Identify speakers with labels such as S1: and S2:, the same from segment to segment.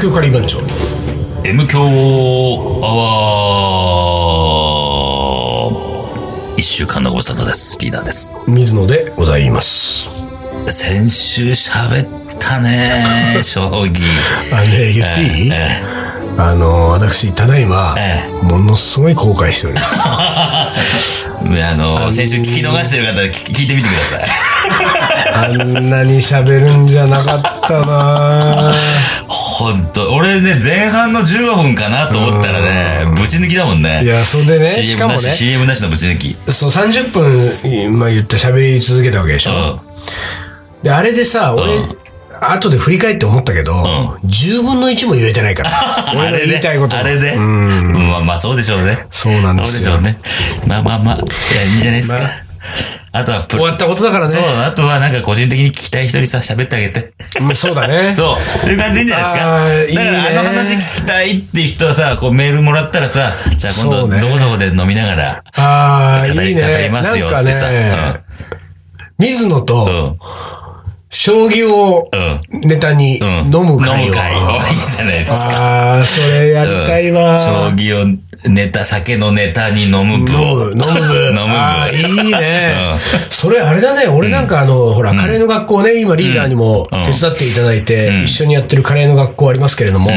S1: 強カリー番長
S2: M 強アワー一週間のご無沙汰です。リーダーです。
S1: 水野でございます
S2: 先週喋ったね将棋。
S1: あれ言っていい、
S2: え
S1: あの私ただいま、
S2: え
S1: ものすごい後悔しております
S2: えあの、先週聞き逃してる方、聞聞いてみてください。
S1: あんなに喋るんじゃなかった な
S2: 本当俺ね、前半の15分かなと思ったらね、ぶち抜きだもん
S1: い
S2: ね。
S1: やそれでねし
S2: CM
S1: かも
S2: な
S1: ね
S2: し、CM なしのぶち抜き。
S1: そう30分、まあ、言って喋り続けたわけでし
S2: う
S1: ょ、
S2: ん。
S1: であれでさ俺、後で振り返って思ったけど、10分の1も言えてないから俺の言いたいこと
S2: あれで。
S1: う
S2: うんんまあまあ、そうでしょうね。
S1: そうなんで
S2: そうですし
S1: よ
S2: ょうね。まあまあまあ、いや、いいじゃないですか
S1: ま。
S2: あとはプ
S1: 終わったことだからね
S2: そう、あとはなんか個人的に聞きたい人にさ、喋ってあげて。
S1: うんそうだ ね
S2: そう、そういう感じでいいんじゃ
S1: あ
S2: ない
S1: ーい
S2: で
S1: い
S2: す
S1: ね
S2: か。だからあの話聞きたいっていう人はさ、こうメールもらったらさ、じゃあ今
S1: そう
S2: 度
S1: ね
S2: どこそこで飲みながら
S1: ああ
S2: 語
S1: い
S2: り
S1: い
S2: 語り
S1: ね
S2: ますよ
S1: なんか
S2: ってさ。
S1: ね、水野
S2: う
S1: と
S2: ん。うん。
S1: 将棋を
S2: うん。
S1: ネタに
S2: うん
S1: 飲む会を、
S2: 飲む会をいいじゃないですか。
S1: ああそれやりたいわ、
S2: うん将棋をネタ、酒のネタに 飲
S1: 飲む
S2: む部を。
S1: 飲む部
S2: 飲む部。
S1: あーいいね、
S2: う
S1: それあれだね俺なんかあの、ほらカレーの学校ね今リーダーにも
S2: うん
S1: 手伝っていただいて、
S2: うん
S1: 一緒にやってるカレーの学校ありますけれども、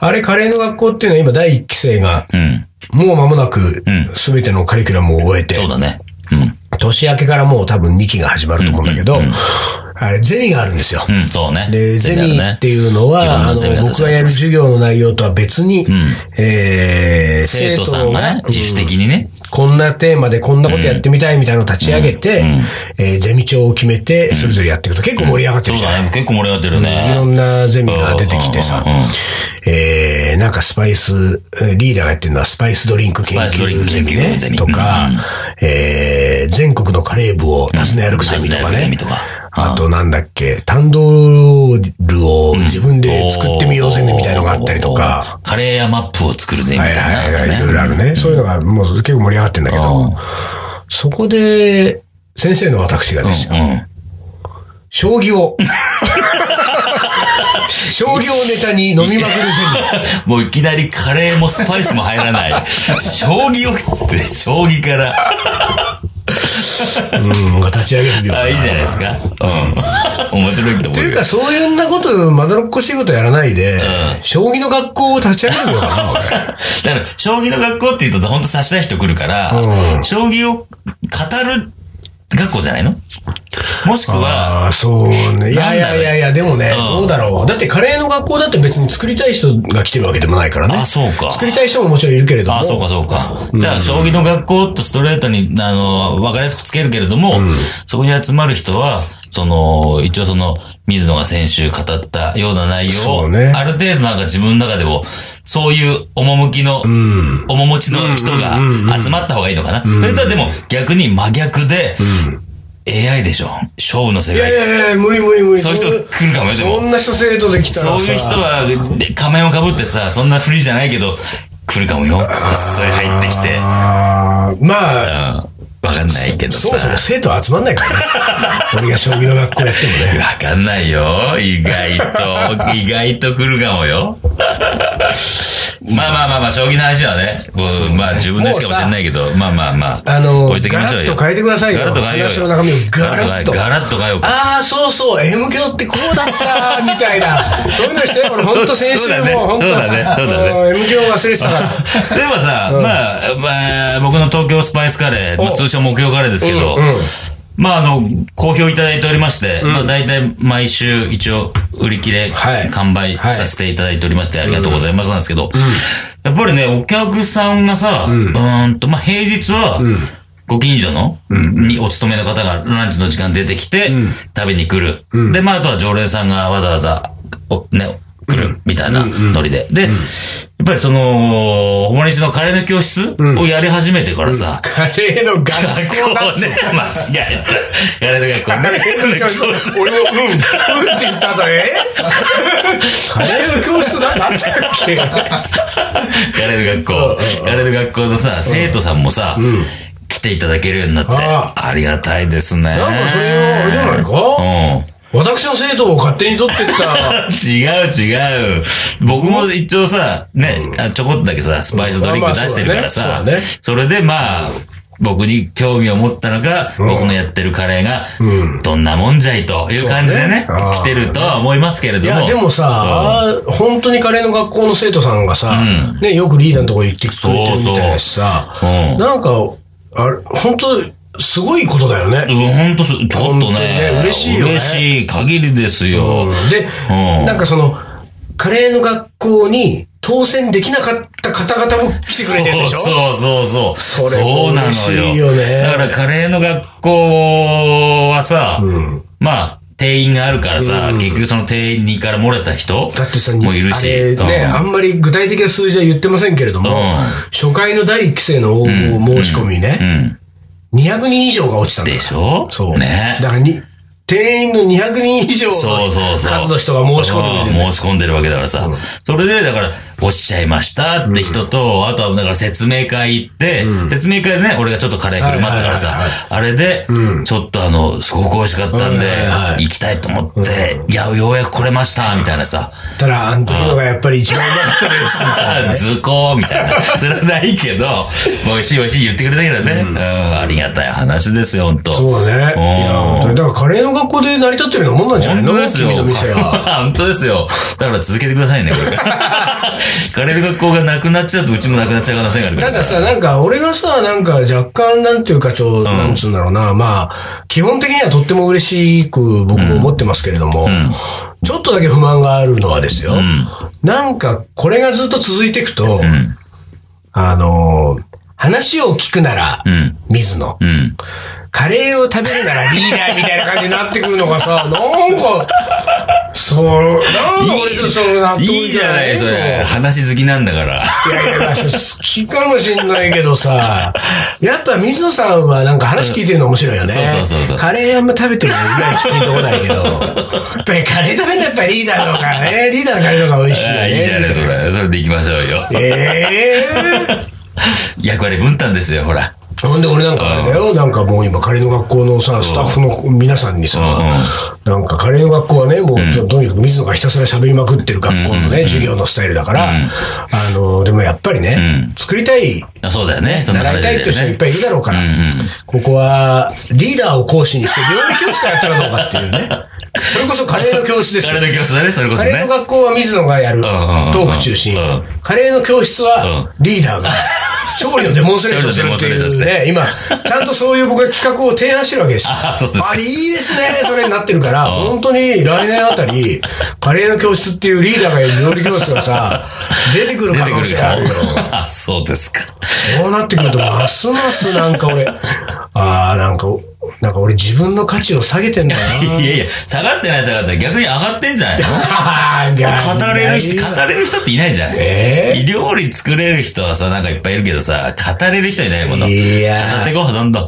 S1: あれカレーの学校っていうのは今第1期生が
S2: うん。
S1: もう間もなく
S2: ん
S1: 全てのカリキュラムを終えて、
S2: そうだね。うん。
S1: 年明けからもう多分2期が始まると思うんだけど、
S2: うんうんうん
S1: あれゼミがあるんですよ。
S2: うん、そうね。
S1: で、ゼミ
S2: あるね
S1: っていうの
S2: いろん
S1: は、
S2: な
S1: あ
S2: ゼミ
S1: の、
S2: が
S1: 僕がやる授業の内容とは別に、えー
S2: 生徒さんがね、自主的にね。
S1: こんなテーマでこんなことやってみたいみたいなのを立ち上げて、えーゼミ長を決めて、それぞれやっていくと結構盛り上がって
S2: そ
S1: る
S2: う
S1: じゃない、
S2: だね。結構盛り上がってる
S1: いろ
S2: ね。
S1: んなゼミが出てきてさ
S2: うんうんうん、
S1: えー、なんかスパイス、えーリーダーがやってるのはスパイスドリンク研
S2: スパイスドリン
S1: 究
S2: ク
S1: ゼ
S2: 研
S1: ミ
S2: 究ゼ
S1: ね
S2: ミ
S1: とか、えー、全国のカレー部を訪ね歩くゼミとか
S2: うん訪ね歩くゼ
S1: ね
S2: ミとか。
S1: あとなんだっけ、タンドルを自分で作ってみようゼミみたいのがあったりとか、
S2: カレーやマップを作るぜみ
S1: は
S2: た
S1: い
S2: いな
S1: はいはい、いろい
S2: の
S1: ろ
S2: があ
S1: あ
S2: ったね。
S1: るね。そういうのがもう結構盛り上がってんだけど、そこで、先生の私がですよ、将棋 を、将棋をネタに飲みまくるゼミ。
S2: うんもういきなりカレーもスパイスも入らない。将棋を食って、将棋から。
S1: うん、が立ち上げるよ。
S2: あ、いいじゃないですか。うん。面白いと思
S1: と
S2: う
S1: いう
S2: よ。
S1: か、そういうんなこと、まだろっこしいことやらないで、将棋の学校を立ち上げるのかな 俺
S2: だから、将棋の学校って言うと、ほんと差し出人来るから、将棋を語る学校じゃないのもしくは、
S1: ああ、そうね。いやいやいやいや、でもね、
S2: うん
S1: どうだろう。だってカレーの学校だって別に作りたい人が来てるわけでもないからね。
S2: あそうか
S1: 作りたい人ももちろんいるけれども。
S2: ああ、そうか、そうか。じゃあ、将棋の学校とストレートに、あの、分かりやすくつけるけれども、そこに集まる人は、その、一応その、水野が先週語ったような内容
S1: そ
S2: を、
S1: うね
S2: ある程度なんか自分の中でも、そういう趣の、面持ちの人が集まった方がいいのかな。それとはでも、逆に真逆で、AI でしょ勝負の世
S1: いやい
S2: 界。
S1: やいや、無理無理無理。
S2: そういう人来るかもよ、でも
S1: そ。んな人生徒で来た
S2: そ
S1: らさ。
S2: ういう人は、で仮面をかぶってさ、そんなふりじゃないけど、来るかもよ。こっそり入ってきて。
S1: あーまあ、
S2: うんわかんないけど
S1: そ
S2: さ。
S1: もそも生徒は集まんないから ね。俺が将棋の学校やってもね。
S2: わかんないよ。意外 と、意外と来るかもよ。まあまあまあまあ、将棋の話はね、こうまあ自分でしかもしれないけど、まあまあまあ、
S1: あの、
S2: 置いときましょう
S1: ガラ
S2: よ。
S1: ッと変えてくださいよ
S2: ガラッと変えようよ。
S1: 話の中身をガラッと
S2: ガラッと変えよ うか。
S1: ああ、そうそう、M 教ってこうだった、みたい な。そういうのして、俺ほんと先週
S2: そうだね
S1: もうほんと、
S2: そうだねそうだね
S1: あの M 教忘れてた から。
S2: 例えばさ、まあ、まあ、僕の東京スパイスカレー、ま
S1: お
S2: あ、通称木曜カレーですけど、
S1: うんうん
S2: まあ、あの、好評いただいておりまして、まあ、大体毎週一応売り切れ、
S1: はい
S2: 完売
S1: はい
S2: させていただいておりまして、ありがとうございますなんですけど、やっぱりね、お客さんがさ、うーんと、まあ、平日は、ご近所の、にお勤めの方がランチの時間出てきて、食べに来る。で、まあ、あとは常連さんがわざわざ、おね、来る、みたいなノリで。で、やっぱりその、ほもりちのカレーの教室をやり始めてから さ、
S1: カレーの学 校だ
S2: 学
S1: っ
S2: 校ね、間違えた。カレーの学校ね。
S1: て。
S2: カレーの教室
S1: 俺も、うん、うんって言った後、えカレーの教室だ なんだっけ
S2: カレーの学校。カレーの学校のさ、生徒さんもさ、来ていただけるようになって、
S1: あ
S2: ありがたいですね。
S1: なんかそれは、あれじゃないか
S2: うん。
S1: 私の生徒を勝手に取ってった
S2: 違う違う。僕も一応さ、ね、あちょこっとだけさ、スパイスドリンク出してるから
S1: まあまあ
S2: さ
S1: そうだねそうだね、
S2: それでまあ、僕に興味を持ったのか、僕のやってるカレーが、どんなもんじゃいという感じでね
S1: そうねあー、
S2: 来てるとは思いますけれ
S1: い
S2: ど
S1: や、
S2: も。
S1: でもさ、本当にカレーの学校の生徒さんがさ、ね、よくリーダーのところに行ってくれてるみたいだしさ、
S2: うん
S1: なんか、あれ、本当すごいことだよね。
S2: うん、ほんとす、ちょっと
S1: 本当にね
S2: ね。
S1: 嬉しいよね
S2: 嬉しい限りですよ。
S1: で、
S2: うん
S1: なんかその、カレーの学校に当選できなかった方々も来てくれてるでしょ
S2: そうそうそうそう。
S1: それも
S2: そうなの
S1: 嬉
S2: よ。
S1: しいよね
S2: だからカレーの学校はさ、まあ、定員があるからさ、結局その定員にから漏れた人
S1: だってさ、
S2: もいるし。
S1: あれ
S2: うん
S1: ね、あんまり具体的な数字は言ってませんけれども、
S2: うん
S1: 初回の第1期生の応募申し込み
S2: う
S1: ね、
S2: ん。
S1: 200人以上が落ちたんだ
S2: でしょ
S1: そう。
S2: ね。
S1: だからに、定員の200人以上の
S2: そうそうそう。
S1: 数の人が申し込んでみてる
S2: うん申し込んでるわけだからさ。それで、だから、落ちちゃいましたって人と、あとは、だから説明会行って、説明会でね、俺がちょっとカレー振る舞ったから
S1: はい
S2: さ
S1: はい、
S2: あれで、ちょっとあの、すごく美味しかったんで
S1: はいはいは、い
S2: 行きたいと思って、いや、ようやく来れました、みたいなさ、
S1: たら、あの時のがやっぱり一番うまかったですみたいなね。
S2: 図工みたいな。それはないけど、美味しい美味しい言ってくれたけどね。うん、ありがたい話ですよ、ほんと。
S1: そうね。いや、本当に。だからカレーの学校で成り立ってるようなもんなんじゃない
S2: 本
S1: の
S2: 当ですよ。
S1: 君の店が。
S2: 本当ですよ。だから続けてくださいね、これ。 カレーの学校がなくなっちゃうと、うちもなくなっちゃう可能性があるか
S1: た
S2: ら
S1: だ
S2: さ。
S1: さ、なんか、俺がさ、なんか、若干、なんていうか、ちょ、なんつうんだろうな、まあ、基本的にはとっても嬉しく僕も思ってますけれども、ちょっとだけ不満があるのはですよ、なんか、これがずっと続いていくと、
S2: ん
S1: あのー、話を聞くなら、
S2: ん
S1: 水野、
S2: うん。
S1: カレーを食べるな らリーダーみたいな感じになってくるのがさ、なんか、そう、なんか俺ちょっとそれ納得
S2: いいじゃない、それ。話好きなんだから。
S1: いやいや、まあ好 きかもしんないけどさ、やっぱ水野さんはなんか話聞いてるの面白いよね。
S2: そうそうそうそう
S1: カレーあんま食べてるのいまいち聞いてこないけど、やっぱりカレー食べるのやっぱりリーダーのカレー、リーダーのカレーの方が美味しいよ
S2: ああ
S1: ね。
S2: いいじゃない、それ。それで行きましょうよ。
S1: ええ
S2: 役割分担ですよ、ほら。
S1: ほんで俺なんかあれだよ、なんかもう今カレーの学校のさ、スタッフの皆さんにさ、なんかカレーの学校はね、もうととにかく水野がひたすら喋りまくってる学校のね、授業のスタイルだから、あの、でもやっぱりね、作りたい
S2: あそうだよね、そんな
S1: 習
S2: 話
S1: い
S2: だ
S1: たい
S2: よ
S1: って人いっ
S2: ね。
S1: ぱいいるだろうから、ここはリーダーを講師にして料理教室やったらどうかっていうね。 それこそカレーの教室です
S2: カ
S1: よ
S2: レ。ーの教室だね、それこそ
S1: カレー
S2: ね
S1: の。学校は水野がやる、ト
S2: んうん
S1: ーク中心
S2: うん。
S1: カレーの教室はリーダーが、調理のデモンストレーションするって
S2: 調理のデモンス
S1: いう
S2: トレ
S1: ね、今、ちゃんとそういう僕が企画を提案してるわけですよ。
S2: あそうですか
S1: あ、いいですね、それになってる から、本当に来年あたり、カレーの教室っていうリーダーがいる料理教室がさ、出てくる
S2: 出
S1: 可
S2: てく
S1: 能
S2: る
S1: 性
S2: よ
S1: あるよ。。
S2: あそうですか。
S1: そうなってくると、ますますなんか俺、ああ、なんか、なんか俺自分の価値を下げてんだな。
S2: いやいや、下がってない下がってない。逆に上がってんじゃないの語
S1: 語
S2: れる人、語れる人っていないじゃん。
S1: え
S2: 料理作れる人はさ、なんかいっぱいいるけどさ、語れる人いないもの。
S1: いやー
S2: 語ってこう、どんどん。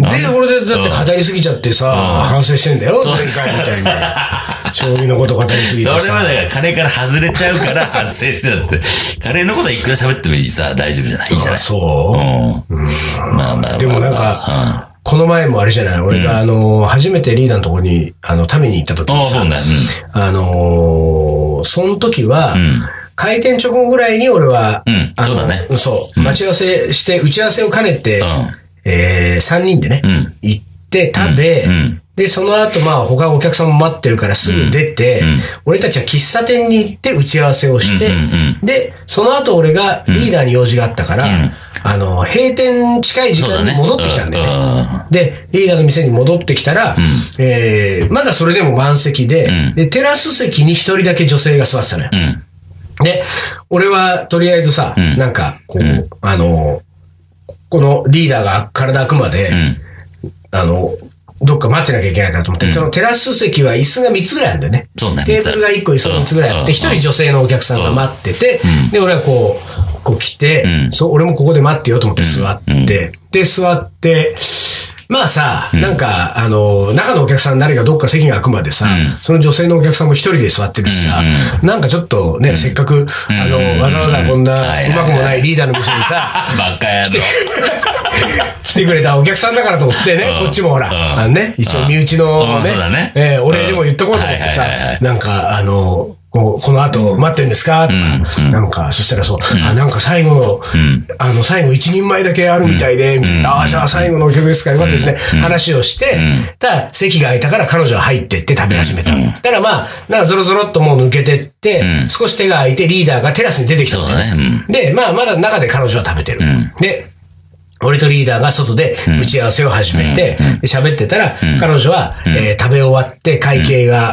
S1: で、俺でだって語りすぎちゃってさ、反省してんだよ、前
S2: う
S1: 回みたいな。将棋のこと語りすぎて
S2: そ
S1: さ。
S2: れはだから、カレーから外れちゃうから反省してたって。カレーのことはいくら喋ってもいいさ、大丈夫じゃないいいじゃ
S1: あ
S2: ない
S1: そう
S2: うん。まあまあまあまあ。
S1: でもなん
S2: うん、
S1: か、この前もあれじゃない、俺があの、初めてリーダーのところに、あの、食べに行った時
S2: あ
S1: に
S2: あ、そ
S1: さ
S2: う、だよ。
S1: あのー、その時は、
S2: うん。うん。
S1: 開店直後ぐらいに俺は、
S2: うん
S1: あの
S2: そうだね
S1: そう、待ち合わせして、打ち合わせを兼ねて、
S2: うん
S1: えー、3人でね、
S2: うん
S1: 行って食べ、
S2: うんうん
S1: で、その後、まあ、他お客さんも待ってるからすぐ出て、俺たちは喫茶店に行って打ち合わせをして、
S2: うんうん
S1: で、その後俺がリーダーに用事があったから、
S2: うん
S1: あの、閉店近い時
S2: そう
S1: 間
S2: だ
S1: に
S2: ね。
S1: 戻ってきたんだよね。
S2: ね。
S1: で、リーダーの店に戻ってきたら、えーまだそれでも満席で、
S2: うん
S1: で、テラス席に一人だけ女性が座ってたのよ。
S2: うん。
S1: で、俺はとりあえずさ、
S2: ん
S1: なんか、こう、あの、このリーダーが体開くまで、
S2: うん。
S1: あの、どっか待ってなきゃいけないからと思って、そのテラス席は椅子が3つぐらいあるんだよね。
S2: そうね
S1: テーブルが1個、椅子が3つぐらいあって、
S2: うん
S1: 1人女性のお客さんが待ってて、で、俺はこう、こう来て、
S2: うん
S1: そう、俺もここで待ってようと思って座って、で、座って、まあさ、なんか、あの、中のお客さん誰かどっか席が空くまでさ、
S2: うん
S1: その女性のお客さんも一人で座ってるしさ、なんかちょっとね、せっかく、あの、わざわざこんな、う
S2: はいはいは
S1: ま
S2: い
S1: くもないリーダーの店にさ、
S2: バカ野郎。
S1: 来ててくれたお客さんだからと思ってね、
S2: うん
S1: こっちもほら、
S2: うん
S1: あのね、一応身内の
S2: うんそうだ
S1: ね
S2: ね、
S1: えーお礼にも言っとこうと思ってさ
S2: うんはいはいはいは、
S1: なんか、あの、こうこの後待ってんですかとか、なんか、そしたらそう、あ、なんか最後の、あの、最後一人前だけあるみたいで、みたいなああ、じゃあ最後のお客ですからよかったですね、話をして、ただ、席が空いたから彼女は入ってって食べ始めた。だからまあ、なんかゾロゾロっともう抜けてって、少し手が空いてリーダーがテラスに出てきた
S2: そ
S1: の
S2: う
S1: ね。
S2: だね。
S1: で、まあ、まだ中で彼女は食べてる。で、俺とリーダーが外で打ち合わせを始めて、で喋ってたら、彼女は、えー食べ終わって会計が、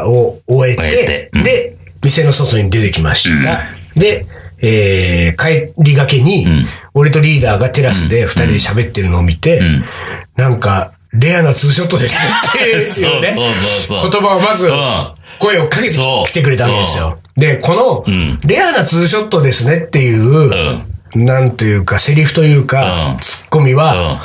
S1: あーを終え
S2: 終え
S1: て
S2: て、うん
S1: で、店の外に出てきました。で、えー帰りがけに、俺とリーダーがテラスで二人で喋ってるのを見て、なんか、レアなツーショットですねっていうう、
S2: ん。そう そうそうそう。
S1: 言葉をまず、
S2: う
S1: 声をかけて
S2: そう
S1: きてくれたわけですよ。で、この、レアなツーショットですねっていう、なんというか、セリフというか、
S2: うん
S1: ツッコミ
S2: ん。
S1: は、
S2: うん。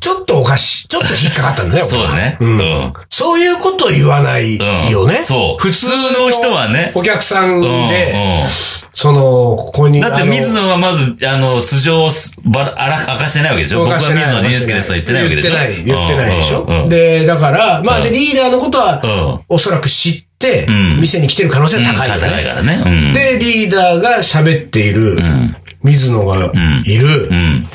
S1: ちょっとおかしい、ちょっと引っかかったんだよ。
S2: そうだね。うん。うん。
S1: そういうことを言わないよね。
S2: そう。普通の人はね。
S1: お客さん
S2: うん。
S1: で、
S2: うん。
S1: その、ここに。
S2: だって
S1: あの
S2: 水野はまず、あの、素性をすばら、あら、明かしてないわけでしょ僕は水野仁介ですとは言ってないわけでしょ
S1: 言ってない、言ってないでしょ。
S2: うんうんうん
S1: で、だから、まあ、で、リーダーのことは
S2: ん、
S1: おそらく知って、
S2: ん
S1: 店に来てる可能性が高いよね。
S2: 高いからね。うん。
S1: で、リーダーが喋っている、水野がいる
S2: う、ん。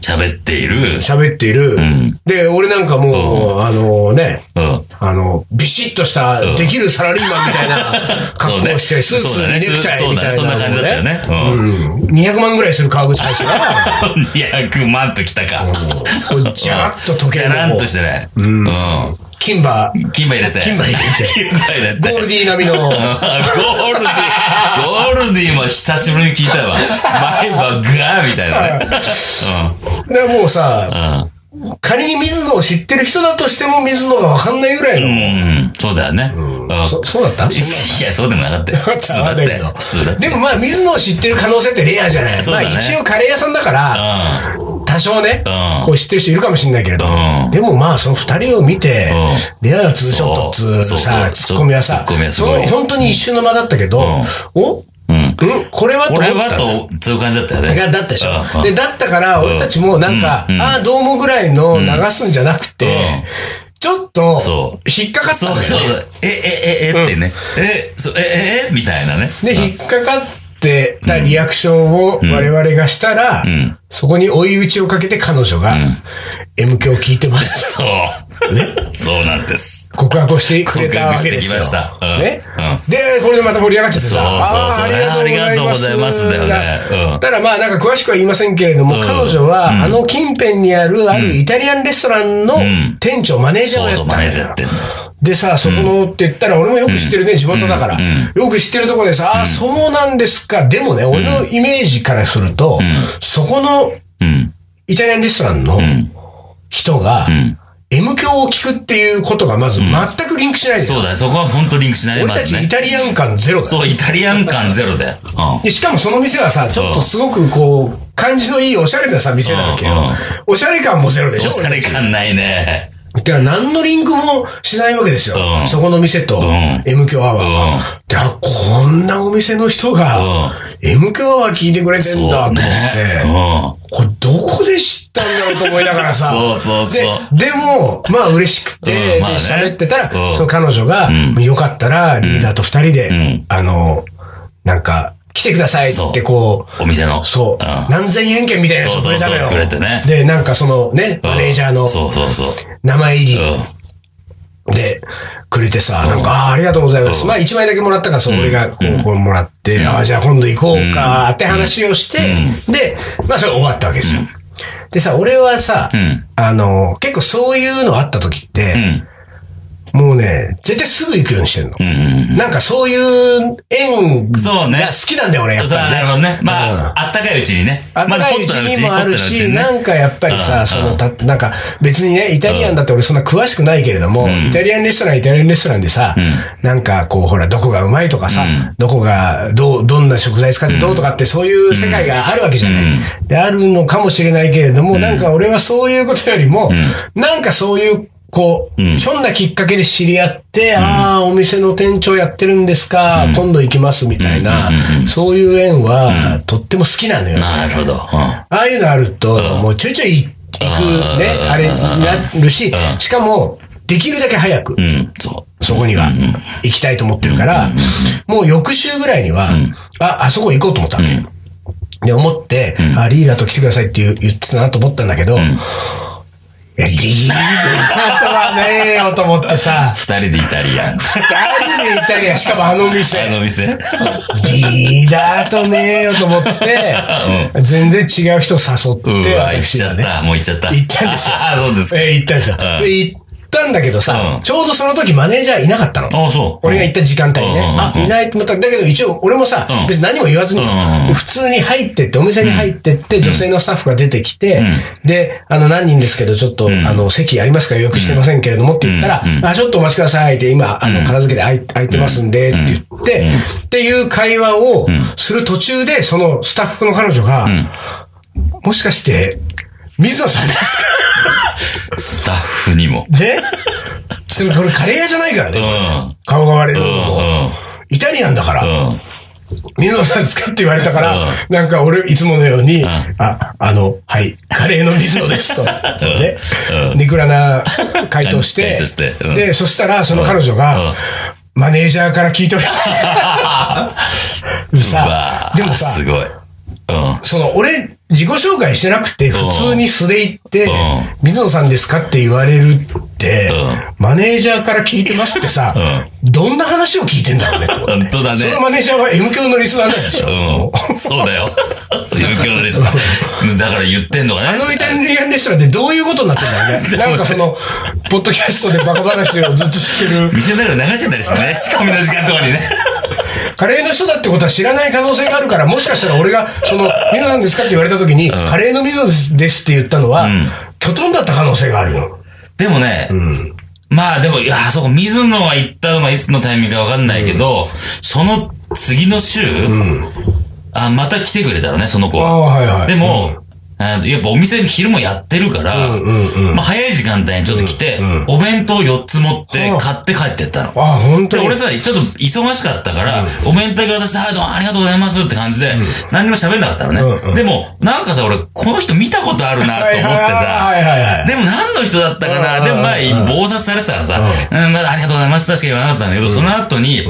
S2: 喋っている。
S1: 喋っている、で、俺なんかもう、あのね、
S2: うん。
S1: あの、ビシッとした、できるサラリーマンみたい な格好をして、スーツ
S2: そうだ
S1: に
S2: ね
S1: ネクタイ
S2: そう
S1: み
S2: だ
S1: た
S2: ね。
S1: い
S2: そん
S1: な
S2: な感じだったよ
S1: のね。
S2: ね。うん。
S1: 200万ぐらいする革靴入ってた ら、
S2: 200万ときたか。
S1: こうジャーッと溶け
S2: じ
S1: る
S2: ゃらんとしてね。うん。
S1: キンバー、
S2: 金馬入れて。
S1: 金馬入れて
S2: 金馬入れて。
S1: ゴールディー並み の、
S2: ゴールディ、ゴールディも久しぶりに聞いたわ。前歯が、みたいなね。
S1: でもうさ、
S2: う
S1: 仮に水野を知ってる人だとしても水野がわかんないぐらいの、
S2: ん。うん。うんそうだよね。うん
S1: そそうだった
S2: いや、そうでもなかったよ。普通だったよ。普通だっ た
S1: で
S2: よ。
S1: もまあ、水野を知ってる可能性ってレアじゃない、
S2: そう
S1: まあ
S2: だね
S1: 一応カレー屋さんだから、
S2: う
S1: 多少ね
S2: う、ん
S1: こう知ってる人いるかもしれないけれど
S2: う、ん
S1: でもまあ、その二人を見て、レアなツーショットっつう
S2: そう
S1: さ、ツ
S2: そ
S1: ッ
S2: う
S1: コミはさ
S2: ツッコミ、はす
S1: そ
S2: ごい
S1: の本当に一瞬の間だったけど、おん
S2: ん。うん。
S1: これはと思っ
S2: 俺
S1: た
S2: は
S1: の
S2: と、そういう感じだったよね。
S1: がだったでし
S2: う
S1: ょ。
S2: ん
S1: で、だったから、俺たちもなんか、
S2: うんうん
S1: ああ、どうもぐらいの流すんじゃなくて
S2: うん、
S1: ちょっと
S2: そ、
S1: 引っかかった
S2: そ
S1: ん
S2: う
S1: だ
S2: そ
S1: よ
S2: う
S1: ね
S2: そう。え、え、え、えってね。え、そう、え、え、えみたいなね。
S1: で、引っかかってたリアクションを我々がしたら、
S2: ん
S1: そこに追い打ちをかけて彼女が、M 響聞いて ます。
S2: そう。ね。そうなんです。
S1: 告白をしてくれたわ
S2: 告白し
S1: け
S2: て
S1: です
S2: き
S1: よ。
S2: ましたうん
S1: ね、
S2: う
S1: で、これでまた盛り上がっちゃってさ、
S2: そうそうそう
S1: ー
S2: ありがとうございますだよねうん
S1: ただまあなんか詳しくは言いませんけれども、
S2: ん
S1: 彼女は、あの近辺にある、あるイタリアンレストランの
S2: ん
S1: 店長、マネージャーを
S2: そ
S1: や
S2: う
S1: った
S2: そう、
S1: んだ
S2: マ
S1: よ
S2: ネージャーやってんの。
S1: でさ、そこのって言ったら、俺もよく知ってるね、地元だから。よく知ってるとこでさ、ああ、そうなんですか。でもね、俺のイメージからすると、そこの
S2: うん。
S1: イタリアンレストランの人が、M 教を聞くっていうことがまず全くリンクしないですよ。
S2: そうだね。そこは本当リンクしないね、
S1: 俺
S2: ま
S1: た
S2: ず
S1: ちイ
S2: ね。
S1: タリアン感ゼロだよ
S2: そう、イタリアン感ゼロだよ。うん。
S1: でしかもその店はさ、ちょっとすごくこう、感じのいいおしゃれなさ、店なわけよ
S2: うんうん。
S1: おしゃれ感もゼロでしょ
S2: おしゃれ感ないね。
S1: だから何のリンクもしないわけですよ。
S2: うん
S1: そこの店と
S2: ん
S1: M 響アワーは。
S2: うん
S1: だからこんなお店の人が M 響アワー聞いてくれてんだと思っ
S2: そう
S1: て、
S2: ね。う
S1: これどこで知ったんだろうと思いながらさ。
S2: そうそうそう
S1: で。でも、まあ嬉しくて、
S2: うんまあね
S1: で喋ってたら、
S2: うん
S1: その彼女が、よかったらリーダーと二人で、
S2: ん
S1: あの、なんか、来てくださいって
S2: そう
S1: こう、
S2: ん。お店の。
S1: そう、
S2: ん。
S1: 何千円券みたいなやつをくれたのよ。
S2: そうそうそうくれてね
S1: で、なんかそのね、マネージャーの
S2: そうそうそう。
S1: 名前入り。
S2: うん。
S1: で、くれてさ、なんか、あーありがとうございます。まあ、一枚だけもらったから、そう、俺がこう、こうもらって、ああ、じゃあ今度行こうか、って話をして、で、まあ、それ終わったわけですよ。でさ、俺はさ
S2: ん、
S1: あの、結構そういうのあった時って、もうね、絶対すぐ行くようにしてんの。なんかそういう縁
S2: そう
S1: が
S2: ね
S1: 好きなんだよ、俺、やっ
S2: そう、
S1: ぱり
S2: なる
S1: ね。
S2: ほどね。ま
S1: うん
S2: あ、あったかいうちにね。
S1: あ
S2: ま
S1: ったか
S2: だホ
S1: い
S2: ッ
S1: う
S2: ト
S1: ち
S2: なうち
S1: に
S2: に、ホ
S1: もあ
S2: ット
S1: る
S2: なうち
S1: し、
S2: にね
S1: な。んかやっぱり
S2: う
S1: さ、
S2: ん
S1: そのた、なんか別にね、イタリアンだって俺そんな詳しくないけれども、イタリアンレストラン、イタリアンレストランでさ、なんかこう、ほら、どこがうまいとかさ、どこが、どう、どんな食材使ってどうとかってそういう世界があるわけじゃない。で、あるのかもしれないけれども、なんか俺はそういうことよりも、なんかそういうこう、ひょんなきっかけで知り合って、ああ、お店の店長やってるんですか、今度行きますみたいな、そういう縁は、とっても好きなのよ。あ
S2: なるほど。うん
S1: あいうのあると、もうちょいちょい行くね、あれになるし、しかも、できるだけ早く、
S2: うん、そ
S1: そこには行きたいと思ってるから、もう翌週ぐらいには、あ、あそこ行こうと思ったわけ。で、思って、あ、リーダーと来てくださいって言う言ってたなと思ったんだけど、いや、リーダーとはねえよと思ってさ
S2: う。、二人でイタリアン。
S1: マジでイタリアン、しかもあの店。
S2: あの店。
S1: リーダーとねえよと思って、全然違う人誘
S2: う
S1: って、
S2: わ、行っ
S1: 私
S2: ちゃ
S1: は
S2: っ
S1: ね。
S2: た。もう行っちゃった。
S1: 行ったんですよ
S2: ああ、そうですか。
S1: えー行ったんですよ。
S2: うん
S1: で行ったんだけどさ、
S2: うん
S1: ちょうどその時マネージャーいなかったの。
S2: ああ、そう。
S1: 俺が行った時間帯に
S2: うんうんう
S1: ね。
S2: ん
S1: あ、いないと思った。だけど一応、俺もさ
S2: う、ん
S1: 別に何も言わずに
S2: うんうんう、ん
S1: 普通に入ってって、お店に入ってって、女性のスタッフが出てきて、で、あの、何人ですけど、ちょっと、あの、席ありますか予約してませんけれどもって言ったら、あ、ちょっとお待ちくださいって、今、あの、片付けで空い空いてますんで、って言って、っていう会話をする途中で、そのスタッフの彼女が、もしかして、水野さんですか
S2: スタッフにも。
S1: ねそれこれカレー屋じゃないから
S2: うん。う
S1: ね。
S2: ん。
S1: 顔が割れるの
S2: う
S1: も。
S2: ん。
S1: イタリアンだから。
S2: うん。
S1: 水野さんですかって言われたから
S2: うん、
S1: なんか俺、いつものように、
S2: ん
S1: あ、あの、はい、カレーの水野ですと。ね
S2: う。ん
S1: ニクラな回答して
S2: 回答して、うん
S1: で、そしたら、その彼女
S2: うん
S1: が、マネージャーから聞いており
S2: うわ
S1: さ、
S2: ー
S1: でもさ
S2: す、ごい。うん。
S1: その、俺、自己紹介してなくて、普通に素で行って
S2: ん、
S1: 水野さんですかって言われるって、マネージャーから聞いてますってさ、どんな話を聞いてんだろう ねって思って
S2: 本当だね
S1: そ。のマネージャーは M 教のリスナーなんで しょ
S2: うん。そうだよ。勉強のリスナーだから言ってんのか
S1: あ
S2: ね。
S1: のイタリアンレストランってどういうことになってんだろうね。なんかそ の、ポッドキャストでバカ話をずっとしてる、
S2: 店の中流してたりしてね。仕込みの時間とかにね。
S1: カレーの人だってことは知らない可能性があるから、もしかしたら俺が、その、水野さんですかって言われた時に、カレーの水野ですって言ったのは、キョトンだった可能性があるよ。
S2: でもね、まあでも、いや、あそこ、水野が行ったのがいつのタイミングかわかんないけど、その次の週、あ、また来てくれたのね、その子
S1: あ
S2: は。
S1: あ、はいはい。
S2: でも、あのやっぱお店昼もやってるから、まあ早い時間帯にちょっと来て、お弁当4つ持って
S1: はあ
S2: 買って帰ってったの。
S1: あ、本当
S2: で、
S1: に。
S2: 俺さ、ちょっと忙しかったから、お弁当が渡して、はい、どうもありがとうございますって感じで、何にも喋んなかったのね。
S1: うんうん
S2: でも、なんかさ、俺、この人見たことあるなと思ってさ、
S1: はいはいはい。
S2: でも何の人だったかな
S1: うん
S2: でもまあ
S1: うんうん、
S2: 暴殺されてたからさ、うん、まだありがとうございます。確か言わなかったんだけど、その後に、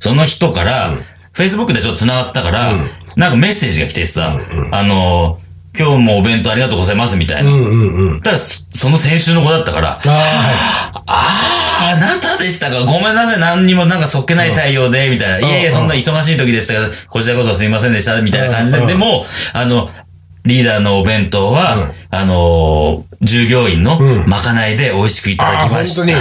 S2: その人から、Facebook でちょっと繋がったから、なんかメッセージが来てさ、あのー、今日もお弁当ありがとうございますみたいな。
S1: うんうんうん。
S2: ただ、そその先週の子だったから、
S1: あ
S2: ああ、あなたでしたか。ごめんなさい。何にもなんかそっけない対応で、みたいな。いやいや、そんな忙しい時でしたが、こちらこそすいませんでした、みたいな感じ
S1: うんう
S2: で。
S1: ん
S2: でも、あの、リーダーのお弁当は、あのー、従業員のまかないで美味しくいただきまし
S1: あー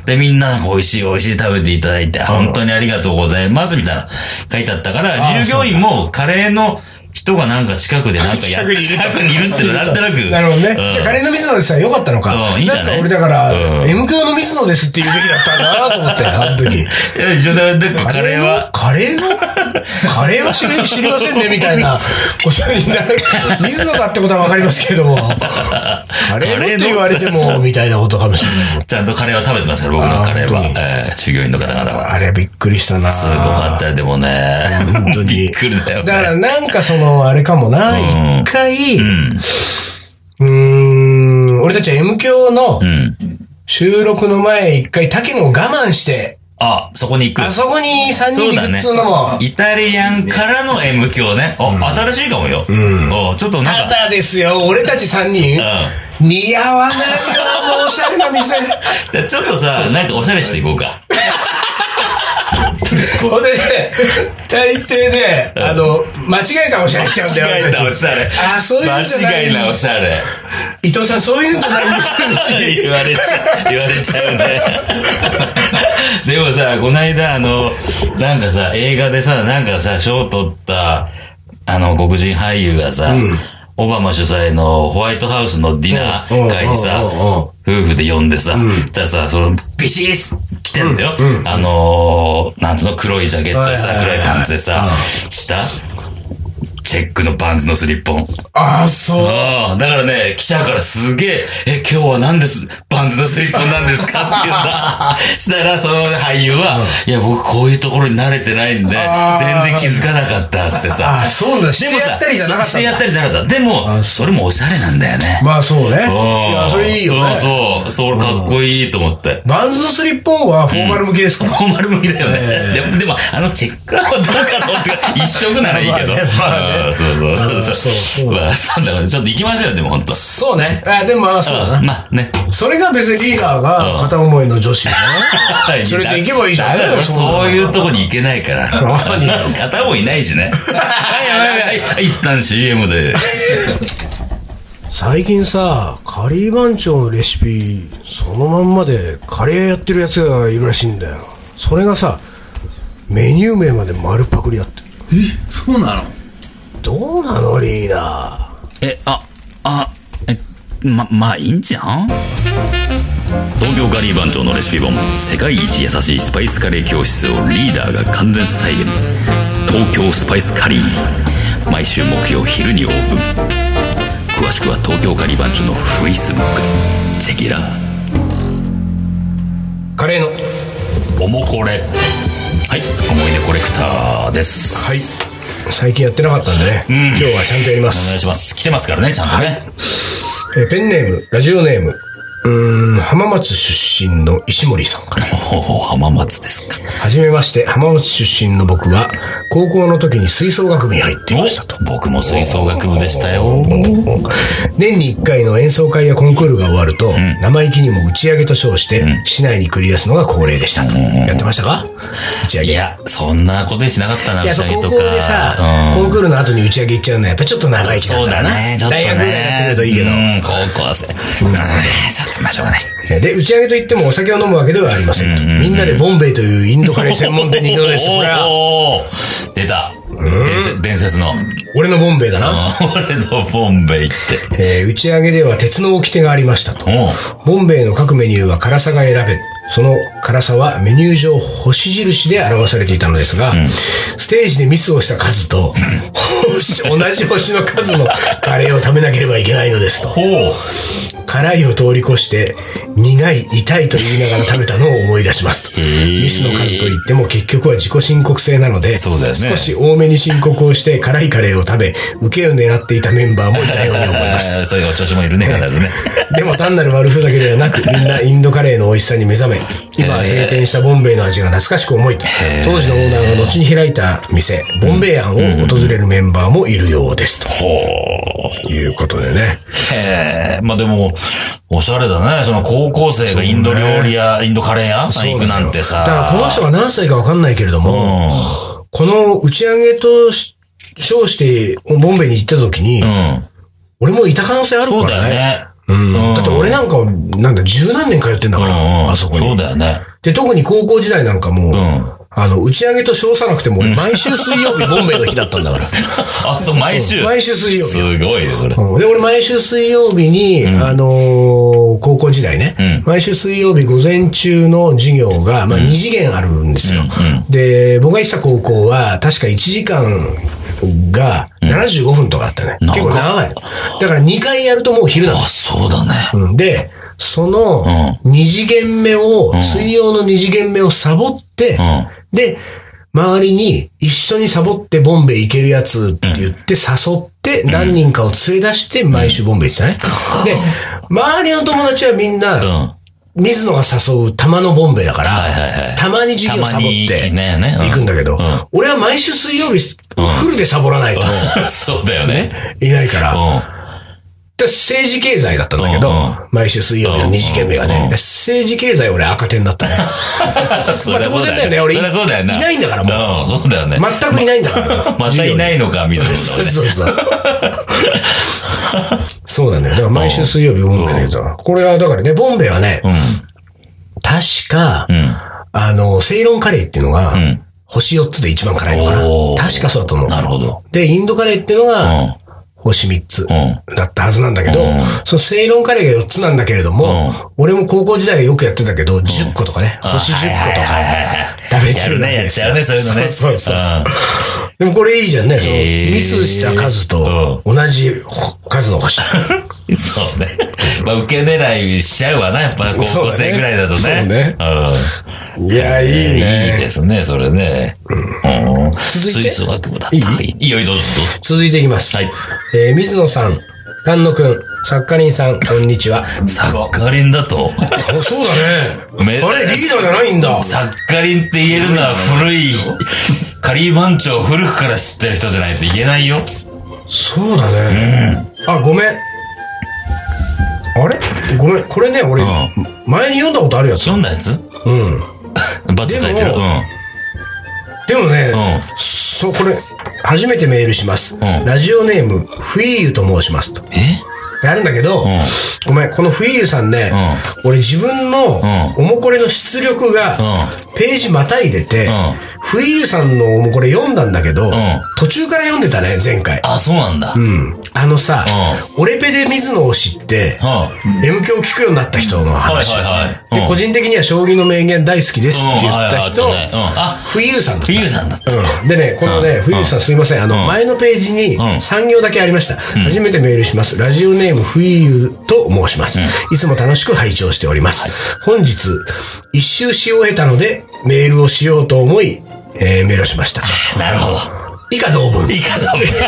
S2: た。で、みんななんか美味しい美味しい食べていただいて、本当にありがとうございます、みたいな書いてあったから、
S1: ー
S2: 従業員もカレーの人がなんか近くでなんか
S1: 近
S2: や、
S1: くにいる
S2: 近くにいるってなんとなく。
S1: あ、なるほどね。
S2: うん
S1: じゃあ、カレーの水野でさ、よかったのか。
S2: うんいいじゃない
S1: んか俺だから、
S2: うん
S1: M 教の水野ですって言うべきだったんだなと思 って、あの時。
S2: いや冗談でカレーは、
S1: カレーのカレーは知り 知りませんね、みたいなことになる。水野だってことはわかりますけれども。カレーのって言われても、みたいなことかもしれない。
S2: ちゃんとカレーは食べてますから、僕のカレーは。えー従業員の方々は。
S1: あれびっくりしたな
S2: すごかったよ、でもね。
S1: 本当に
S2: びっくりだよ
S1: だから
S2: ね。
S1: なんかその、あれかもな、
S2: うん
S1: 一回、う
S2: うん。
S1: ーん、俺たちは M 教の
S2: うん。
S1: 収録の前一回竹野を我慢して、
S2: あ、そこに行く
S1: あ。そこに3人
S2: そう
S1: で
S2: だ
S1: 行くっ
S2: ね
S1: つうのも。、
S2: イタリアンからの M 響ね。お、新しいかもよ。おちょっとな
S1: た
S2: んか、
S1: だですよ、俺たち3人、似合わないよ、もうおしゃれな 店。
S2: じゃあちょっとさ、なんかおしゃれしていこうか。
S1: ほんでね、大抵ね、あの、間 違えたおしゃれしちゃうんだ
S2: 間
S1: よ、
S2: 違え
S1: 俺た
S2: たお
S1: ち。
S2: しゃれ。
S1: あそういうんじゃな
S2: 間
S1: い
S2: 違いないおしゃれ。
S1: 伊藤さん、そういうんじゃないんです よ、うち
S2: 言われちゃう、言われちゃうね。 でもさ、こないだあの、なんかさ、映画でさ、なんかさ、賞を取った、あの、黒人俳優がさ、オバマ主催のホワイトハウスのディナー会にさ、
S1: うんうんうんうん
S2: 夫婦で呼んでさ、たださ、その、ビシッ来てんだよ。あのー、なんつうの、黒いジャケットでさ
S1: は、いはい
S2: 黒
S1: はい
S2: いパンツでさ、下。チェックのパンツのスリッポン。
S1: ああ、そう。
S2: ああ、だからね、記者からすげえ、え、今日は何です、パンツのスリッポンなんです かっていうさ、したらその俳優は、いや、僕こういうところに慣れてないんで
S1: あ、ー
S2: 全然気づかなかったっつって
S1: あ
S2: さ。
S1: あ、そうだ。して
S2: でも
S1: や
S2: さ
S1: ったりじゃなかったんだ。
S2: してやったりじゃなかった。でも、それもおしゃれなんだよね。
S1: まあそうね。い
S2: うん
S1: や、それいいよ
S2: うん
S1: ね。
S2: そう、そう、かっこいいと思って。
S1: バンズのスリッポンはフォーマル向きですか、
S2: フォーマル向きだよね。でも、でも、あのチェックアウトどうかなってか、一色ならいいけ ど。
S1: まあねまあね
S2: うんそうそうそう
S1: うんそうそう
S2: まあ、なんだろうねちょっと行きましょうよ、でも、ほんと。
S1: そうね。あでもまあそうだな。
S2: まあね。
S1: それが別にリーダーが片思いの女子ね。それで行けばいいじゃん
S2: ダメだよそういうとこに行けないから。
S1: 何
S2: 片方いないしね。はいはいはいはい。一旦 CM で。
S1: 最近さ、カリー番長のレシピ、そのまんまでカレーやってるやつがいるらしいんだよ。それがさ、メニュー名まで丸パクリだって。
S3: えそうなの
S1: どうなのリーダ
S2: え、あ、あ、え、ま、まあいいんじゃん東京カリー番長のレシピ本世界一優しいスパイスカレー教室をリーダーが完全再現東京スパイスカリー毎週木曜昼にオープン詳しくは東京カリー番長のフェイスブックチェキラー
S1: ー。カレーの。
S2: おもこれはい思い出コレクターですはい
S1: 最近やってなかったんでね。今日はちゃんとやりま
S2: お
S1: す
S2: 願。いします来てますからねちゃんとね
S1: えーペンネーム、ラジオネーム、うーん、浜松出身の石森さんから。
S2: おお浜松ですか
S1: はじめまして、浜松出身の僕は、高校の時に吹奏楽部に入っていましたと。
S2: 僕も吹奏楽部でしたよ
S1: 年に1回の演奏会やコンクールが終わると、生意気にも打ち上げと称して、市内に繰り出すのが恒例でしたと。やってましたか打ち上げ。
S2: いやそんなことにしなかったない打
S1: や、
S2: ち上げ
S1: 高
S2: と
S1: 校
S2: か
S1: でさ、
S2: うん
S1: コンクールの後に打ち上げ行っちゃうのはやっぱちょっと長い気
S2: そうだねちょっとね
S1: 大学でやってるといいけど。
S2: うん高校生うんそうかまあしょうがない
S1: で、打ち上げといってもお酒を飲むわけではありませんと。みんなでボンベイというインドカレー専門店に行くのです。これは、
S2: おーおー出た伝説伝説の
S1: 俺のボンベイだな。
S2: あ俺のボンベイって
S1: えー打ち上げでは鉄の掟がありましたと。
S2: おう
S1: ボンベイの各メニューは辛さが選べ、その辛さはメニュー上星印で表されていたのですが、ステージでミスをした数と、星同じ星の数のカレーを食べなければいけないのですと。
S2: ほう
S1: 辛いを通り越して、苦い、痛いと言いながら食べたのを思い出しますと。
S2: ー
S1: ミスの数といっても結局は自己申告制なので、
S2: そうだよね
S1: 少し多めに申告をして辛いカレーを食べ、受けを狙っていたメンバーもいたように思います。
S2: あーそういうお調子もいるね必ずね
S1: でも単なる悪ふざけではなく、みんなインドカレーの美味しさに目覚め、今は閉店したボンベイの味が懐かしく思い、当時のオーナーが後に開いた店、ボンベイ庵を訪れるメンバーもいるようです。
S2: ほう。
S1: ということでね。
S2: へえ。まあでも、おしゃれだね。その高校生がインド料理屋、インドカレー屋さん行くなんてさ。
S1: だからこの人が何歳かわかんないけれど
S2: う
S1: も、この打ち上げとし称してボンベイに行った時に、
S2: ん。うん。
S1: 俺もいた可能性ある
S2: そう
S1: か
S2: だよ
S1: らね。
S2: ね。うん。
S1: だって俺なんか、なんだ、十何年通ってんだか
S2: うん。
S1: ら、あそこに
S2: そう。だよね。
S1: で、特に高校時代なんかもう、
S2: ん
S1: あの、打ち上げと称さなくても、俺毎週水曜日、ボンベイの日だったんだ から。
S2: あ、そう、毎週。
S1: 毎週水曜日。
S2: すごいね、それ。
S1: うんで、俺毎週水曜日に、あのー高校時代ね、毎週水曜日午前中の授業が、まあ、2次元あるんですよ。で、僕が行ってた高校は、確か1時間が75分とかだったね。
S2: 長っ
S1: 結構長い。だから2回やるともう昼なの
S2: あ、。そうだね。
S1: うんで、その2次元目を、水曜の2次元目をサボって、
S2: う
S1: で、周りに一緒にサボってボンベイ行けるやつって言って誘って何人かを連れ出して毎週ボンベイ行ってたね。で、周りの友達はみん
S2: う
S1: な、
S2: ん。
S1: 水野が誘う玉のボンベイだか
S2: はいはいは
S1: ら
S2: い、
S1: たまに授業サボって
S2: たまにねねうん
S1: 行くんだけど
S2: うん、
S1: 俺は毎週水曜日フルでサボらないと
S2: そうだよね。
S1: いないから
S2: う、ん。
S1: で政治経済だったんだけど、
S2: うん
S1: 毎週水曜日の2次元目がね、
S2: うん
S1: で政治経済俺赤点だったね。
S2: そりゃ
S1: 当
S2: そう
S1: 然だよ
S2: だよ
S1: ね
S2: ね。
S1: 俺
S2: そりゃそうだよ
S1: いないんだからも
S2: うん。そうだよね。 ま
S1: 全くいないんだから。。
S2: たいな いいのか、水野
S1: そう
S2: がね。
S1: そうそう。そうなんだよ。だから毎週水曜日ボンベで言うと。これはだからね、ボンベはね、確か、
S2: うん。
S1: あの、セイロンカレーっていうのが、
S2: ん
S1: 星4つで一番辛いのかな
S2: お。ー
S1: 確かそうだと思う。
S2: なるほど。
S1: で、インドカレーっていうの
S2: う
S1: が、
S2: ん。
S1: 星3つ
S2: う
S1: だったはずなんだけど、
S2: うん
S1: その正論カレーが4つなんだけれども、俺も高校時代よくやってたけど、10個とかね、星10個と
S2: はいはい
S1: か。
S2: はい
S1: ダメ
S2: はい。やるね、やっちゃうね、そういうのね。
S1: そうそうそう
S2: うん
S1: でもこれいいじゃんね、その
S2: へー
S1: ミスした数と同じ数の 星。
S2: そうね。まあ、受け狙いしちゃうわな、やっぱ、高校生ぐらいだとね。
S1: そうだねいや、
S2: うん。
S1: いい
S2: いい
S1: ね。
S2: ですね、それね。うん。吹奏楽部だった。
S1: いい
S2: はいいいよ、どうぞ、どうぞ。
S1: 続いていきます。
S2: はい
S1: えー水野さん、丹野くん、サッカリンさん、こんにちは。
S2: サッカリンだと。
S1: あそうだね。あ
S2: め
S1: れ、リーダーじゃないんだ。
S2: サッカリンって言えるのは古い、カリー番長を古くから知ってる人じゃないと言えないよ。
S1: そうだね。あ、ごめん。あれごめん。これね、俺、前に読んだことあるやつ。
S2: 読んだやつ
S1: うん。
S2: バツ書いてる。
S1: で
S2: う
S1: も
S2: ん。
S1: でもね、
S2: うん。
S1: そう、これ、初めてメールします。
S2: ん
S1: ラジオネーム、フィーユと申しますと。
S2: え
S1: やるんだけど、
S2: ん
S1: ごめん、このフィーユさんね、俺自分のおもこれの出力が、ページまたいでて、
S2: ん
S1: フィーユさんのおもこれ読んだんだけど、
S2: ん
S1: 途中から読んでたね、前回。
S2: あ、そうなんだ。
S1: うん。あのさ、俺ペで水野を知って、
S2: は
S1: M 響を聞くようになった人の
S2: いはい
S1: 話。
S2: はい。
S1: で、個人的には将棋の名言大好きですって言った人、
S2: うんはいはいあ
S1: フィーユさんだった
S2: 冬さんだった。
S1: でね、このね、冬木さんすいません。あの、前のページに
S2: ん
S1: 3行だけありました。初めてメールします。ラジオネーム冬木と申します。いつも楽しく拝聴しております。本日、一周し終えたので、メールをしようと思い、えーメールをしました。
S2: なるほど。
S1: 以下同文。
S2: いいかダメ。
S1: ということで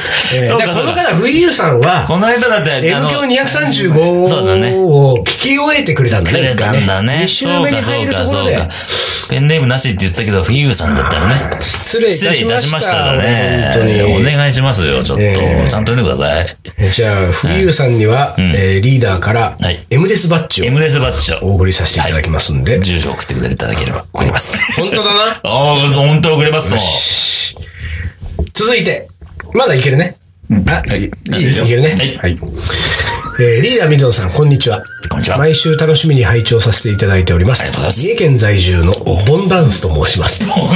S1: すよね えー
S2: そう
S1: だか
S2: か
S1: ら
S2: そ
S1: こ
S2: う
S1: の
S2: か
S1: 方、冬木さんは、
S2: この間だって、
S1: M
S2: あの
S1: 響
S2: そうだね
S1: 235を聞き終えてくれたんだ
S2: く
S1: ね。
S2: れたんだね。
S1: 2周目に入るところで。
S2: ペンネームなしって言ってたけど、冬さんだったらね。
S1: 失礼い
S2: 失礼い
S1: た
S2: た
S1: し
S2: し
S1: ま
S2: ま
S1: し。
S2: したただね。
S1: 本当に。
S2: お願いしますよ、ちょっと。
S1: ええ
S2: ちゃんと読んでください。
S1: じゃあ、冬さんには、えーリーダーから
S2: はい
S1: M デスバッジを
S2: M レスバッチ
S1: お
S2: ョ。
S1: 送りさせていただきますんで。
S2: 住所送ってくれていただければ送ります。
S1: 本当だな。
S2: ああ、本当送れますと。は
S1: 続いて、まだいけるね。あ、いい、いけるね。
S2: はい
S1: はい。えーリーダー水野さん、こんにちは。
S2: こんにちは
S1: 毎週楽しみに拝聴させていただいております。
S2: ありがとうございます
S1: 三重県在住のボンダンスと申します。
S2: んだ。
S1: ホ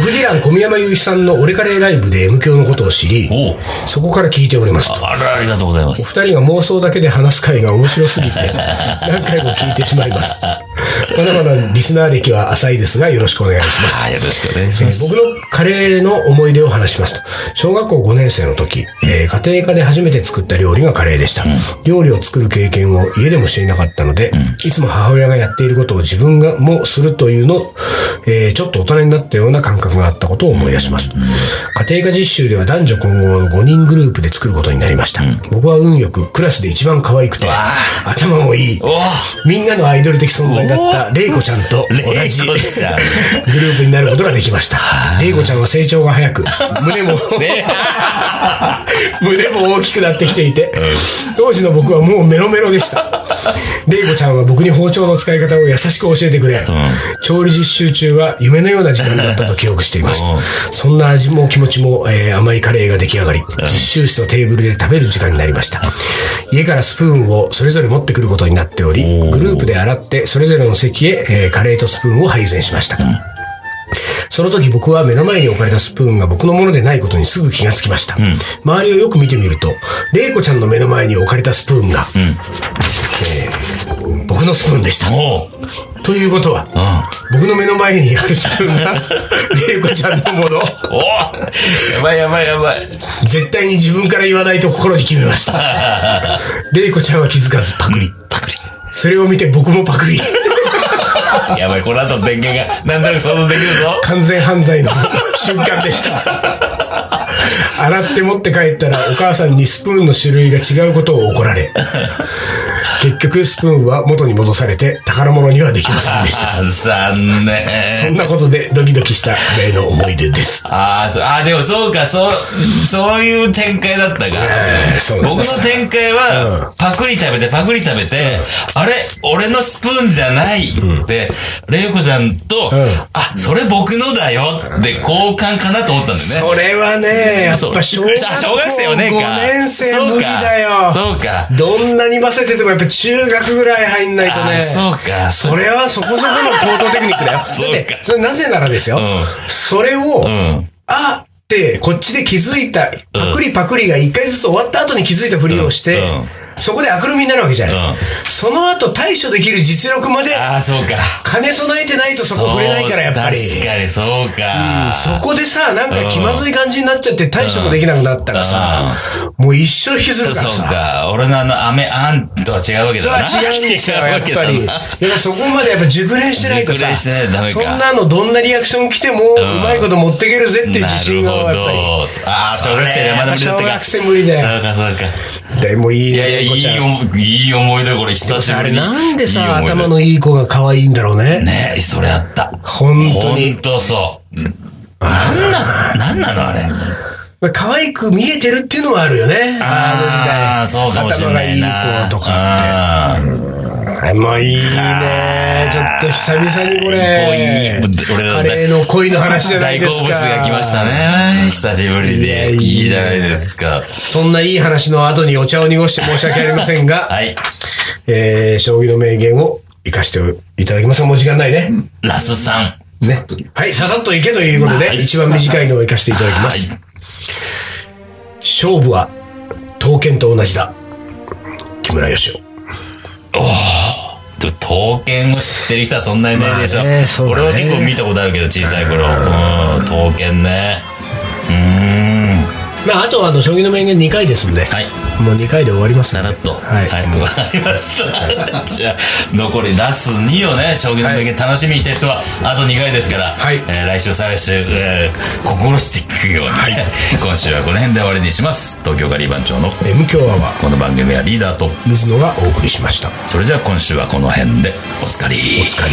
S1: フディラン小宮山雄一さんのオレカレーライブで M 響のことを知り、
S2: おう
S1: そこから聞いておりますと。
S2: あら、ありがとうございま
S1: お
S2: す。
S1: 二人が妄想だけで話す会が面白すぎて、何回も聞いてしまいます。まだまだリスナー歴は浅いですが、よろしくお願いします。
S2: ああ、よろしくお願いします。
S1: 僕のカレーの思い出を話しますと。小学校5年生の時、えー家庭科で初めて作った料理がカレーでした。料理を作る経験を家でもしていなかったので、いつも母親がやっていることを自分がもするというの、えーちょっと大人になったような感覚があったことを思い出します。家庭科実習では男女混合の5人グループで作ることになりました。僕は運よくクラスで一番可愛くて、頭もいい、
S2: お
S1: みんなのアイドル的存在だった玲子ちゃんと同
S2: レイ
S1: じ。
S2: コちゃん。
S1: グループになることができました。レイコちゃんは成長が早く、胸も、
S2: ね
S1: 胸も大きくなってきていて、当時の僕はもうメロメロでした。レイコちゃんは僕に包丁の使い方を優しく教えてくれ、調理実習中は夢のような時間だったと記憶しています。そんな味も気持ちも、えー甘いカレーが出来上がり、実習室のテーブルで食べる時間になりました。家からスプーンをそれぞれ持ってくることになっており、グループで洗って、それぞれの席へ、えーカレーとスプーンを配膳しました。その時僕は目の前に置かれたスプーンが僕のものでないことにすぐ気がつきました。周りをよく見てみると、玲子ちゃんの目の前に置かれたスプーンが、えー僕のスプーンでした。
S2: おう
S1: ということは、
S2: うん。
S1: 僕の目の前にあるスプーン が、玲子ちゃんのもの。
S2: おやばいやばいやばい。
S1: 絶対に自分から言わないと心に決めました。 玲子ちゃんは気づかずパクリ。
S2: パク
S1: それを見て僕もパクリ。
S2: リ。やばい、この後の電源が、なんとなく想像できるぞ。
S1: 完全犯罪の瞬間でした。洗って持って帰ったらお母さんにスプーンの種類が違うことを怒られ、結局スプーンは元に戻されて宝物にはできませんでした。
S2: ああ、残念。
S1: そんなことでドキドキしたカレーの思い出です。
S2: ああ、そう、ああ、でもそうか、そう、そういう展開だったか。
S1: ええそうなん
S2: 僕
S1: で
S2: の
S1: す
S2: 展開は、パクリ食べて、パクリ食べて、あれ、俺のスプーンじゃないって、レイコちゃんと、
S1: ん
S2: あ、それ僕のだよって交換かなと思ったんだよね。
S1: それはね、やっぱ小学校
S2: あ小学生
S1: 5
S2: よねか。
S1: 年生無理だよ。
S2: そうか。
S1: どんなに混ぜててもやっぱ中学ぐらい入んないと
S2: あ
S1: ね。
S2: あ、そうか。
S1: それはそこそこの高等テクニックだよ。
S2: そうか
S1: だってそれなぜならですよ。
S2: う
S1: それを、
S2: ん
S1: あってって、こっちで気づいた、パクリパクリが一回ずつ終わった後に気づいたふりをして、
S2: うんうん
S1: そこで明るみになるわけじゃない。
S2: うん
S1: その後対処できる実力まで、
S2: ああ、そうか。
S1: 金備えてないとそこ触れないから、やっぱり。
S2: そう確かに、そうか。
S1: そこでさ、なんか気まずい感じになっちゃって対処もできなくなったらさ、もう一生引きずるから
S2: そう
S1: さ。
S2: か。俺のあの、雨、あんとは違うわけ
S1: それ
S2: だ
S1: は
S2: な。
S1: 違うんですよ、やっぱ り。
S2: 違う
S1: やっ
S2: わ
S1: ぱそこまでやっぱ熟練してないと
S2: 熟
S1: さ、
S2: 練してないとダメか
S1: そんなのどんなリアクション来ても、うまいこと持っていけるぜって
S2: け
S1: いう
S2: だな
S1: 自信がやっ
S2: な
S1: ぱ
S2: るほど。ああ、
S1: そ
S2: 小
S1: れ
S2: 学生でまだ無理だったか。
S1: 小学生無理だよ
S2: そうか、そうか。
S1: り。でもいい
S2: い
S1: ね、
S2: やいや、い
S1: 猫ちゃん
S2: い思い、いい思い出、これ、久し
S1: あ
S2: ぶり
S1: れ
S2: に。
S1: なんで
S2: いい
S1: さ、
S2: 思い出
S1: 頭のいい子が可愛いんだろうね。
S2: ねそれあった。
S1: 本当に
S2: 本当そう。うんなんだ、なんなのあれ。
S1: まあ可愛く見えてるっていうのはあるよね。
S2: ああ、
S1: あ
S2: そう
S1: の時代。
S2: かもしれないな。
S1: 頭がいい子とかって。
S2: うん
S1: あれもいいね。ちょっと久々にこれ。
S2: もういい俺らの
S1: カ
S2: 大
S1: レーの恋の話じゃない
S2: 大
S1: で
S2: 好
S1: すか。
S2: 物が来ました。ね。久しぶり
S1: いや
S2: で。
S1: いいね
S2: いいじゃないですか。
S1: そんないい話の後にお茶を濁して申し訳ありませんが、
S2: はい。
S1: えー、将棋の名言を生かしていただきますが、もう時間ないね。
S2: ラスさん。
S1: ね。はい、ささっといけということ
S2: は
S1: で、
S2: い
S1: 一番短いのを生かしていただきます。勝負は、刀剣と同じだ。木村義雄。
S2: でも刀剣を知ってる人はそんなにいないでし
S1: ま
S2: ょ、
S1: あねそうだね
S2: 俺は結構見たことあるけど小さい頃うん刀剣ねうーん
S1: まあ、あとは、あの、将棋の名言2回ですんで、
S2: はい
S1: もう2回で終わります
S2: さ
S1: んで
S2: らっと
S1: はい。
S2: はいわかりましたじゃあ残りラス2をね将棋の名言楽しみにしてる人はあと2回ですから、
S1: はい
S2: えー来週再来週、えー心していくように、今週はこの辺で終わりにします東京ガリバン長の
S1: M 強アワー、
S2: この番組はリーダーと
S1: 水野がお送りしました。
S2: それじゃあ今週はこの辺でおつかり
S1: お疲れ。